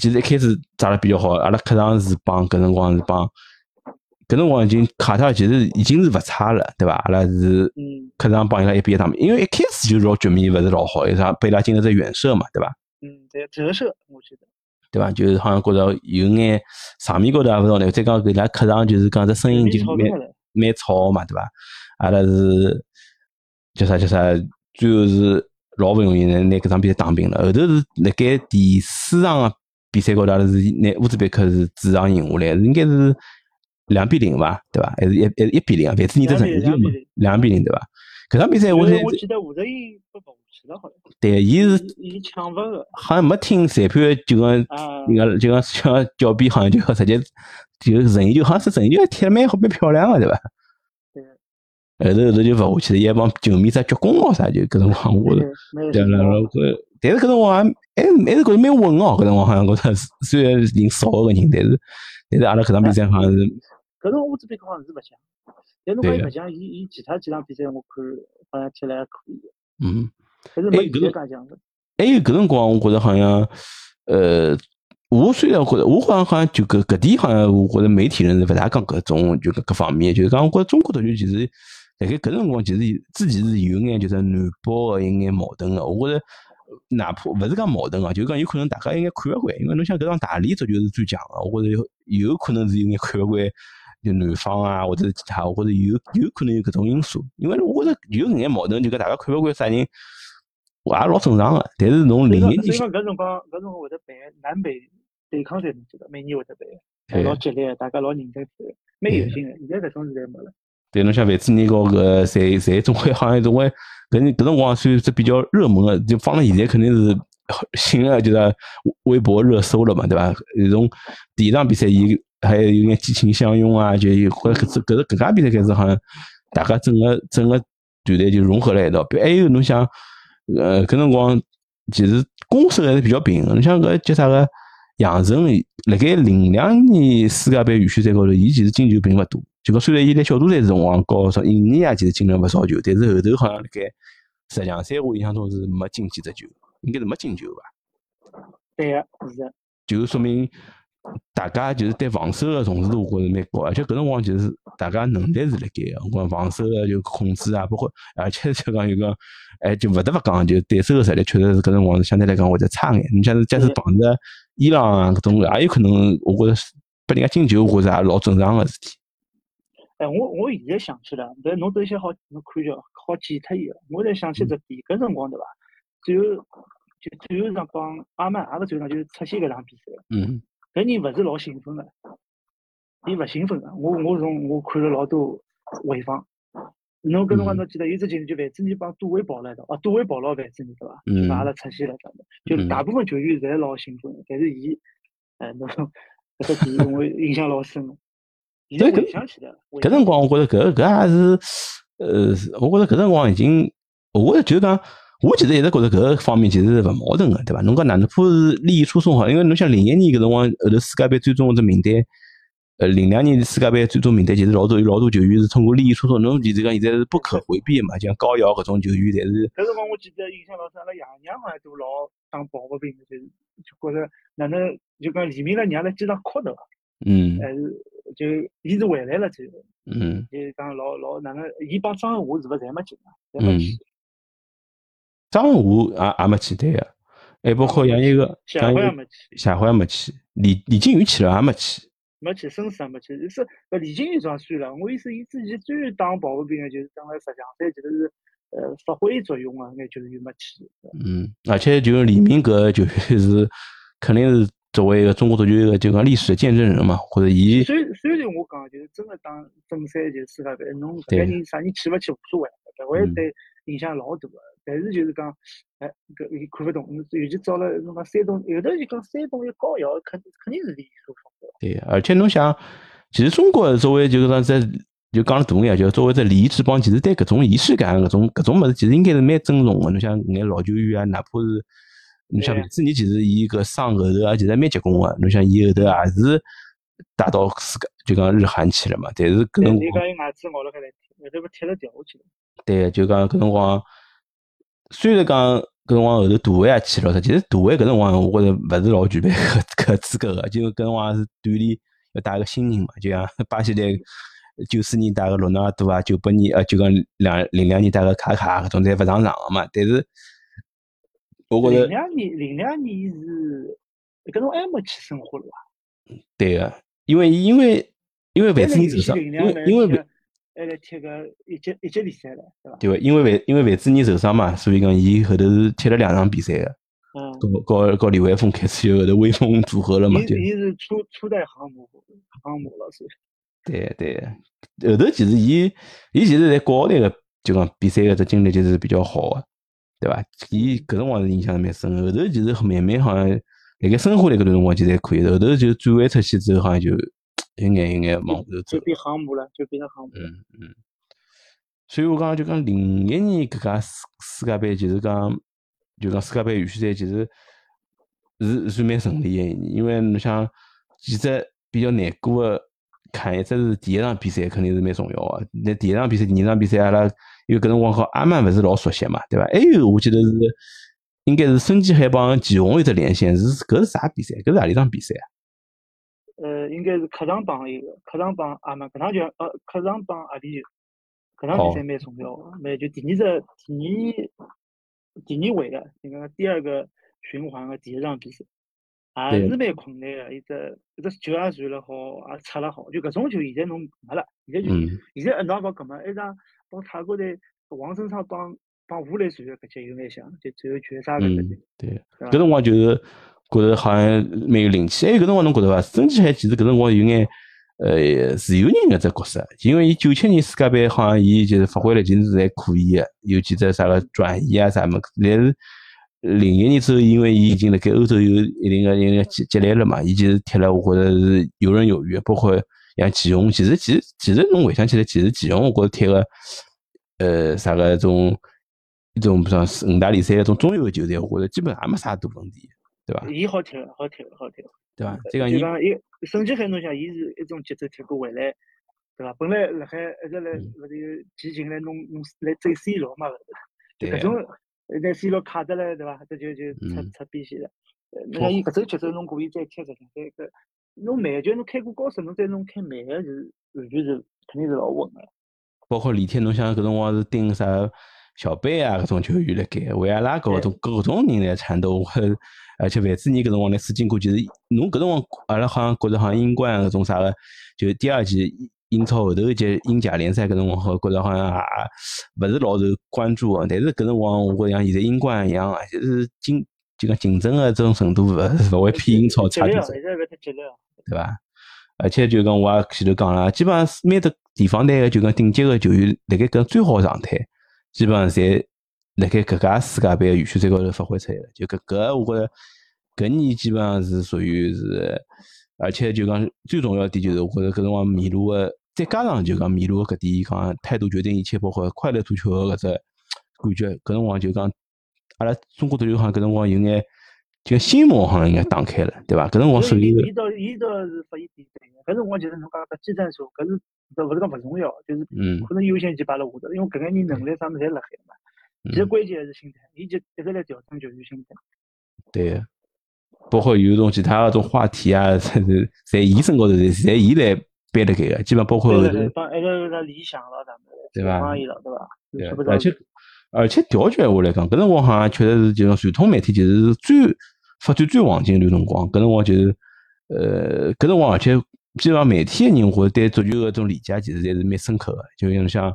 其实一开始打得比较好，阿拉客场是帮搿辰光是帮，搿辰光已经卡塔尔其实已经是勿差了，对伐？阿拉是
嗯
客场帮伊拉一比一打平，因为一开始就老局面勿是老好，一场被伊拉进了只远射嘛，对伐？
嗯，对折射我记得，
对伐？就是好像觉着有眼场面高头也勿道呢。再讲搿伊拉客场就是讲只声嗯音就
吵
蛮
起来了，
蛮吵嘛，对伐？阿拉是叫啥叫啥，最后是老勿容易拿拿搿场比赛打平了。后头是辣盖第四场个比赛高头，阿拉是拿乌兹别克是主场赢下来，应该是两比零伐？对伐？还是一还是一比零啊？反正你这成绩
两比
嘛
零两比零，
两比零对伐？搿场比赛我
因
是
为我记得吴泽英不跑下去了，好像
对，伊是
伊抢勿个
好像没听裁判的就讲
啊，
人家就讲像教鞭，好像就直接就任意球，好像是任意球踢得蛮好，蛮漂亮个，对哎伐？后头后
对
头就勿下去了，伊还帮球迷啥鞠躬咯啥，就搿辰光我是
没有
对了，然后搿但是搿辰光还哎还还是觉着蛮稳哦，搿辰光好像觉着虽然人少个人，但是但是阿拉搿场比赛好像是
搿种乌兹别克好哎像是勿强，但侬
对的
讲伊勿强，伊伊其他几场比赛我看好像踢了还可以，
嗯，
但是
哎
没以
搿
前
个
介强的。
还有搿辰光我觉着好像呃。我虽然觉着，我好像好像就搿搿点好像，我觉着媒体人是勿大讲搿种就搿各方面，就是讲我觉着中国足球其实辣盖搿辰光其实之前是有眼就是南北个一眼矛盾个，我觉着哪怕勿是讲矛盾啊，就是讲有可能大家一眼看勿惯，因为侬想搿场大连足球是最强个，我觉着有有可能是有眼看勿惯就南方啊或者其他，我觉着有有可能有搿种因素，因为我觉着有眼矛盾，就讲大家看勿惯啥人。我也老正常个，但是侬
所以
零
讲，
一
所以
年
讲搿辰光搿辰光会得办南北对抗赛，侬记得每年会得办，
对
老激烈，大家老认真看，蛮
哎
有劲个。现在搿种时代没了。
对，侬像范志毅和搿谁谁总归 好像总归搿人搿辰光算是比较热门个，就放到现在肯定是新个就是微博热搜了嘛，对伐？从第一场比赛伊还有眼激情相拥啊，就有或者搿搿搿家比赛开始好像大家整个整个团队就融合了一道。比还有侬想呃搿辰光其实攻守还是比较平衡。侬像搿叫啥个杨晨，辣盖零两年世界杯预选赛高头，伊其实进球并勿多。就讲虽然伊在小组赛辰光高上印尼亚其实进了勿少球，但是后头好像辣盖十强赛我印象中是没进几只球，应该是没进球吧。
对个，是的，
就说明大家就是对防守的重视度，我觉着蛮高，而且搿辰光就是大家能力是辣盖个，我讲防守的就控制啊，包括而且就讲有个，哎，就勿得勿讲，就对手的实力确实是搿辰光相对来讲会得差眼。你像是假使
对
碰着伊朗啊搿种，也有可能我觉着是拨人家进球，我觉着也老正常个事体。
哎，我我现在想起来，但侬这些好侬看叫好记脱伊个。我才想
嗯
起只点，搿辰光对伐？最后就最后一场帮阿曼，也勿最后一场就是出现搿场比赛。
嗯，
搿人勿是老兴奋个，伊勿兴奋个。啊我我从我看了老多回放，侬搿辰光
嗯
侬记得有只进球就范志毅帮杜威跑了一道，啊杜威跑了范志毅对伐？
嗯
就阿拉出现了，就
嗯
大部分球员侪老兴奋个，但是伊，哎侬说搿只点我印象老深个。现在
对搿
回想起来，回
搿
想
辰光我觉着搿搿也是，呃，我觉着搿辰光已经，我觉着就是讲，我其实一直觉着搿方面其实是勿矛盾个，对伐？侬讲哪能怕是利益输送好？因为侬想零一年搿辰光后头世界杯最终的名单，呃，零两年世界杯最终名单其实老多有老多球员是通过利益输送，侬其实讲现在是不可回避个嘛，就像高瑶搿种球员，但是
搿辰光我记得印象老深，阿拉爷娘好像都老打抱不平的，就是就觉着哪能就讲李明拉娘在机场哭对伐？
嗯
还是就伊是回来了最后。
嗯，
就是讲老老哪能，伊帮张恒华是勿是侪没进啊？侪
嗯
没去。
张文武也也没去对个，还包括像一个
谢
像一
辉也
个
没去，
夏辉也没去，李李靖宇去了也没去。
没去，孙思也没去。就是搿李金羽桩算了，我意思伊之前最打保护兵个，就是讲了十强赛，其实是呃发挥作用个，眼就是又没去。
嗯，而且就是李明搿球员是肯定是作为一个中国足球一个就讲历史的见证人嘛，或者伊
虽虽然我讲就是真个打正赛就是世界杯，侬搿
对嗯
个人啥人去勿去无所谓，勿会对影响老大个。但是就是讲，哎，搿伊看勿懂，尤其招了侬讲山东，有的就讲山东一高校，肯肯定是利益输送的。
对，而且侬想，其实中国作为就是讲在就讲了大眼，就作为只礼仪之邦，其实对搿种仪式感、啊搿种搿种物事，其实应该是蛮尊重个。侬像眼老球员啊，哪怕是侬像
对
范志毅，其实伊搿伤后头啊，其实还蛮结棍个。侬像伊后头也是带到世界就讲日韩去了嘛，但是搿
对，
辰
你
光
讲伊牙齿咬了开来，后头勿踢了掉下去了。
对，就讲搿辰光，虽然讲搿辰光后头大卫也去了，但其实大卫搿辰光我觉着勿是老具备 搿搿资格个，就搿辰光是锻炼要带个新人嘛，就像巴西队九四年带个罗纳尔多啊，九八年呃就讲两零两年带个卡卡啊搿种侪勿上场个嘛，但是我觉
零
着
两年，零两年是搿侬埃没去申花了伐？
对个，因为因为因为万
万
子妮受伤，因为因为万
还来踢个一级一级联赛了，对
对
伐？
个，因为万因为万子妮受伤嘛，所以讲伊后头是踢了两场比赛个，
嗯，
和和和李玮峰开始有后头微风组合了嘛，
伊
就
伊是初初代航母航母老师，
对对，后头其实伊伊其实在国奥队个就讲比赛个只经历就是比较好个，对伐？伊搿辰光是印象蛮深的，后头其实慢慢好像辣盖申花队搿段辰光其实还可以，后头就转会出去之后好像就有眼有眼往后头走
就。变航母了，就变成航母了。
嗯嗯，所以我讲就讲零一年搿家世世界杯，其实讲就讲世界杯预选赛，其实是算蛮顺利个一年，因为侬想几只比较难过个坎，一只是第一场比赛肯定是蛮重要个，那第一场比赛、第二场比赛，阿拉因为搿辰光和阿曼勿是老熟悉嘛，对伐？还有我记得是应该是孙继海帮祁宏有只连线，是搿是啥比赛？搿是何里场比赛啊？
呃，应该是客场帮一个，客场帮阿曼，搿场球呃，客场帮阿里球，搿场
哦
比赛蛮重要个，蛮就第二只第二第二回个，就讲第二个循环个第一场比赛，
对
也是蛮困难个，一只一只球也传了好，也出了好，就搿种球现在侬没了，现在就
嗯，
现在侬也讲搿么，一场帮泰国队王申昌帮帮吴磊传个搿节有眼像，就最后决赛搿
嗯
只球，，
对，
对吧
搿辰光就是觉着好像蛮有灵气。还有哎搿辰光侬觉着伐？孙继海其实搿辰光有眼呃自由人搿只角色，因为伊九七年世界杯好像伊就是发挥了，其实是还可以个，有几只啥个转移啊啥么。但是零一年之后，因为伊已经辣盖欧洲有一定个一定个积积累了嘛，伊其实踢了，我觉着是游刃有余的，包括像祁宏，其实其实其实侬回想起来，其实祁宏我觉着踢个呃啥个种。一种不像是五大联赛一种中游的球队，我觉着基本也没啥大问题，对伐？
伊好踢了，好踢了，好踢了。
对伐？再讲
就
伊
讲伊，甚至海侬想，伊是一种节奏踢过回来，对伐？本来辣海一直来
嗯
勿是有激情来弄弄来追 C 罗嘛，就
对
搿
个
种呃拿 C 罗卡得来，对伐？这就就出
嗯
出边线了。呃
哦
侬像伊搿种节奏，侬故意再开十零再搿，侬慢就侬开过高速，侬再侬开慢个是完全是肯定是老稳个。
包括李天，侬想搿辰光是盯啥小贝啊搿种球员辣盖，维阿拉搿种搿种人来缠斗，我觉得而且范志毅搿辰光来输进过，其实侬搿辰光阿拉好像觉着好像英冠啊搿种啥个，就第二季英超后头一届英甲联赛搿辰光好像觉着好像也勿是老受关注个，但是搿辰光我觉着像现在英冠一样啊，就是竞就讲竞争个这种程度勿 勿会比英超
激
差
烈
多
啊，
少。
现在勿太激烈啊。
对伐？而且就讲我也前头讲了，基本上是每只地方队个就讲顶级个球员，辣盖搿最好个状态，基本上侪辣盖搿家世界杯个预选赛高头发挥出来了。就呃搿搿，我觉着搿年基本上是属于是，而且就讲最重要一点就是，我觉着搿辰光米卢个，再加上就讲米卢搿点讲态度决定一切，包括快乐足球个搿只感觉，搿辰光就讲阿拉中国足球好像搿辰光有眼。就心魔好像应该打开了，对伐？搿辰光属
所
于
以伊伊倒伊倒是发现点对个，搿辰光就是侬讲搿技战术，搿是搿勿是讲勿重要，就是
嗯，
可能优先级摆辣下头，因为搿眼人能力啥物事侪辣海嘛。其实
嗯
关键还是心态，伊就一直来调整球员心态。
对个，包括有种其他个种话题啊， 侪是侪伊身高头，侪侪伊来背了盖个，基本上包括
对
后
对
头
对，帮一直有他理想了，咱们
对吧
帮伊了，对吧？
啊对
是不
个，
是
而且而且调解话来讲，搿辰光好像确实是就讲传统媒体其实是最发展最黄金一段辰光，搿辰光就是呃搿辰光，而且基本上媒体个人或者对足球个种理解其实侪是蛮深刻个，就像像。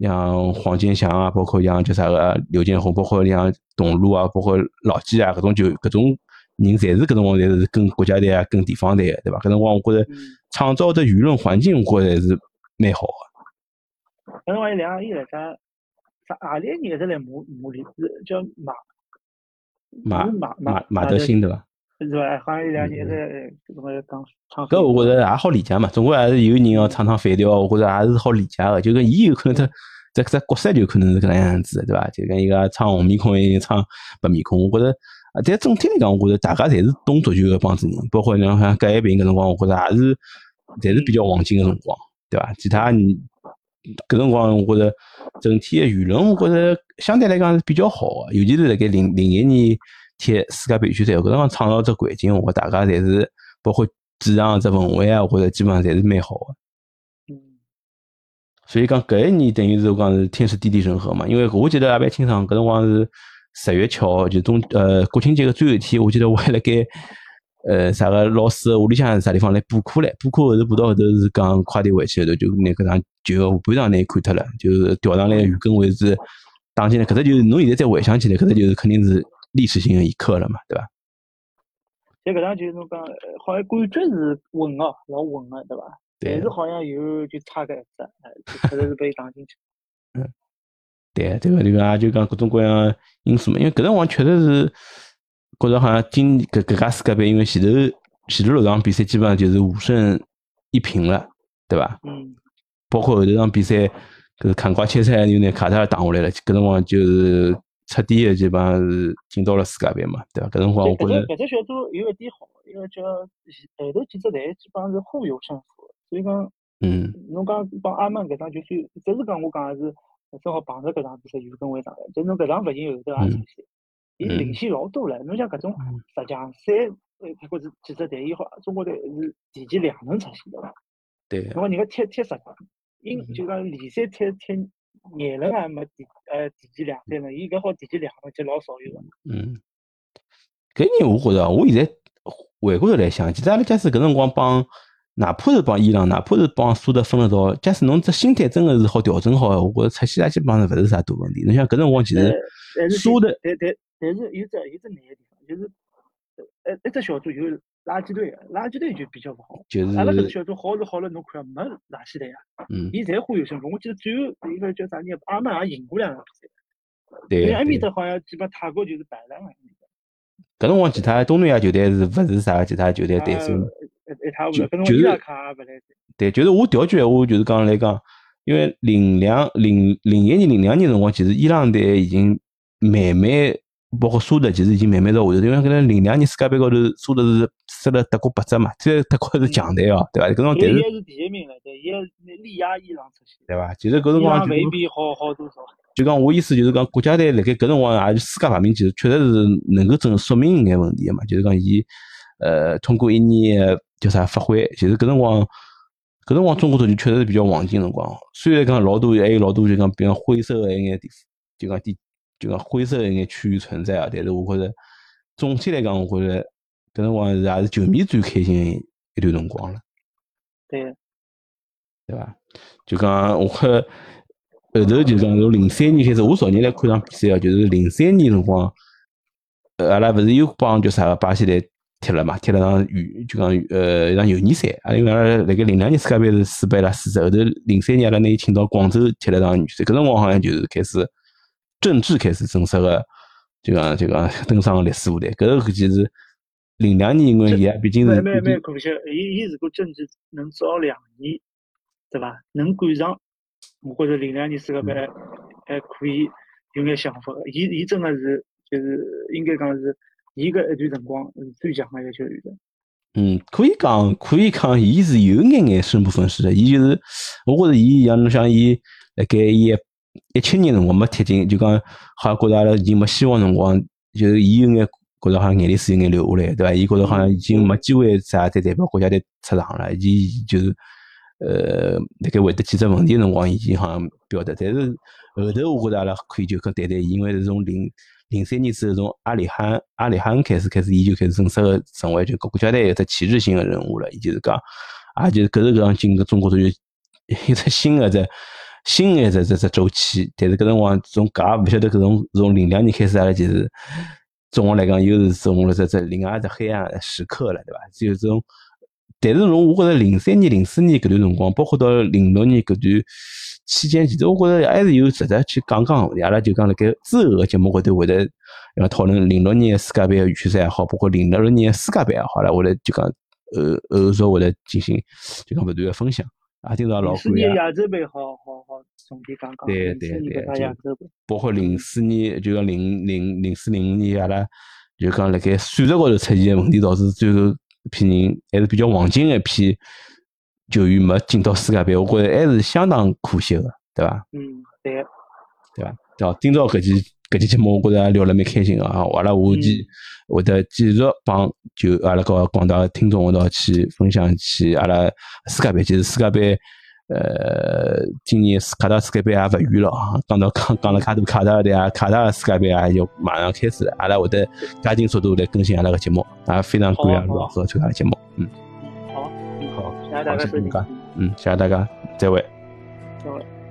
像黄健翔啊，包括像叫啥个刘建宏，包括像董路啊，包括老纪啊，搿种就搿种人，侪是搿辰光侪是跟国家队啊，跟地方队个，对伐？搿辰光我觉着
嗯
创造的舆论环境，我觉着还是蛮好个。
搿辰光有两个伊来啥啥阿里人一直来骂骂里，是叫马
马
是马
马
马
马德兴对伐？
是吧？好像有两个人一直搿种来讲唱黑。
搿我觉着也好理解嘛，总归还是有人要唱唱反调，啊我觉着也是好理解个。就跟伊有可能他这这角色就可能是搿能样子的，对伐？就跟伊个唱红面孔，伊唱白面孔，我觉着啊，但总体来讲，我觉着大家侪是懂足球个帮子人，包括像像葛一平搿辰光，我觉着也是侪是比较黄金个辰光，对伐？其他人搿辰光，我觉着整体个舆论，我觉着相对来讲是比较好个，尤其是辣盖零零一年踢世界杯预选赛，搿辰光创造只环境，我觉得大家侪是包括市场只氛围啊，我觉着基本上侪是蛮好个。
嗯
所以讲搿一年等于是我讲是天时地利人和嘛，因为我记得也蛮清爽，搿辰光是十月七号，就中呃国庆节个最后一天，我记得我还辣盖呃啥个老师屋里向啥地方来补课唻，补课后头补到后头是讲快点回去后头就拿搿场就下半场拿伊看脱了，就是调上来的袁根伟是打进来，搿只就是侬现在再回想起来，搿只就是肯定是历史性的一刻了嘛，对伐？
就搿趟就是侬讲，呃好像感觉是稳哦，老稳个，对伐？但
对
是好像有就差个一只，哎，就确实是被打进去。
对，对个就讲也就讲各种各样的因素嘛，因为搿辰光确实是觉着好像今搿搿届世界杯，因为前头前头六场比赛基本上就是五胜一平了，对伐？
嗯，
包括后头场比赛，搿是坎瓜切菜又拿卡塔尔打下来了，搿辰光就是彻底的基本上是进到了世界杯嘛，对伐？搿辰光我觉
对搿
着
只搿只小组有一点好，因为叫后头几只队基本上是互有胜负，所以讲
嗯
侬讲帮阿曼搿场就算，只是讲我讲也是正好碰着搿场比赛有跟会上来，但是侬搿场勿赢后头也出现，伊
嗯
领先老多了。侬像搿种十强赛，呃，或者几只队，伊好中国队是提前两轮出现的嘛。
对
侬讲人家踢踢十，英
嗯
就讲联赛踢踢廿轮也没提呃提前两三轮，伊搿好提前两轮就老少有个。
嗯，搿人我觉着，啊我现在回过头来想，其实阿拉假使搿辰光帮，哪怕是帮伊朗，哪怕是帮苏德分了道，假使侬只心态真个是好调整好，我觉着出现大基本上勿是啥大问题。侬像搿辰光其
呃
实
但是
输的
但但但是有只有只难个地方，就是呃一只小组有垃圾队个，垃圾队就比较勿好。
就
阿拉搿只
是
小组好是好了，侬看没垃圾队啊，
嗯，
伊侪互有胜负。我记得最后一个叫啥人，阿曼也赢过两场比赛，
对
因为埃面
对。
搭好像基本泰国就是败了嘛，
搿辰光其他东南亚球队是勿是啥其他球队
一
对手嘛？
一塌糊涂
就。就
搿种伊
是哦
拉卡也勿来塞，
对，就是我调句闲话，就是讲来讲，因为零两零零一年、零两年辰光，其实伊朗队已经慢慢，包括苏德，其实已经慢慢到下头。因为搿能零两年世界杯高头，苏德是输了德国八只嘛，虽然德国是强队哦，对伐？搿辰光但
嗯因为
是
伊还是第一名了，对，伊还是力压伊朗出线，
对伐？其实搿辰
伊
光
朗
就
未必好好多少。
就讲我意思就是讲，国家队辣盖搿辰光啊也是世界排名，其实确实是能够证说明一眼问题个嘛。就是讲伊呃通过一年的叫啥发挥，其实搿辰光搿辰光中国足球确实是比较黄金辰光。虽然讲老多还有老多就讲比较灰色个一眼地，就讲地就讲灰色个一眼区域存在啊。但是我觉着总体来讲，我觉着搿辰光是也是球迷最开心的一段辰光了。
对，
对伐？就讲我看后头就讲从零三年开始，我早年来看场比赛哦，就是零三年辰光，呃，阿拉勿是又帮叫啥个巴西队踢了嘛？踢了场友就讲呃一场友谊赛，阿拉因为阿拉辣盖零两年世界杯是输拨伊拉四只，后头零三年阿拉拿伊请到广州踢了场友谊赛，搿辰光好像就是开始政治开始正式个。就讲就讲登上了历史舞台，搿个其实零两年，因为伊也毕竟是
蛮蛮蛮可惜，伊伊如果政治能早两年，对伐？能赶上，我觉着零两年世界杯还可以有眼想法的。伊伊真个是就是应该讲是伊搿一段辰光是最强个一个球员了。
嗯，可以讲，可以讲，伊是有眼眼生不逢时的。伊就是，我觉着伊像侬像伊，辣盖伊一一七年辰光没踢进，就讲好像觉着阿拉已经没希望辰光，就是伊有眼觉着好像眼泪水有眼流下来，对伐？伊觉着好像已经没机会啥再代表国家队出场了。伊就是，呃，辣盖回答几只问题的辰光，已经好像表达。但是后头我觉着阿拉可以就跟谈谈伊，因为是从零零三年之后，从阿里汉阿里汉开始开始，伊就开始正式的成为就国家队一只旗帜性的人物了。伊就是讲，也就是搿是搿样进个中国足球 一只新的只新的只只只周期。但是搿辰光从搿也勿晓得搿种从零两年开始，阿拉就是总的来讲又是从了只只另外一只黑暗的时刻了，对伐？就是从但是侬，我觉着零三年、零四年搿段辰光，包括到零六年搿段期间，其实我觉着还是有值得去讲讲的问题。阿拉就讲辣盖之后个节目高头会得，呃，讨论零六年世界杯个预选赛也好，包括零六年世界杯也好啦，我来就讲呃后续会得进行就讲勿断个分享。啊，今朝老
零四
感
年
谢，
亚洲杯好好好重点讲讲，
对
零四
对
年
对
搿
就
场亚洲杯，
包括零四年就讲零零零四零五年，阿拉就讲辣盖战术高头出现个问题，导致最后一批人还是比较黄金个一批球员没进到世界杯，我觉着还是相当可惜个，对伐？
嗯，对，
对伐？对伐？今朝搿期搿期节目，我觉着也聊了蛮开心个啊！阿拉下期会得继续帮就阿拉个广大听众一道去分享起阿拉世界杯，其实世界杯呃，今年世卡达世界杯也勿远了啊，讲到讲讲了介多卡达的啊，卡达世界杯也就马上开始了，阿拉会得加紧速度来更新阿拉个节目，啊，非常感谢
好
老何参加节目，嗯，
好，
好，
谢谢大
好
家
就
收
这么
听
嗯讲，嗯，谢谢大家，再会。
各位。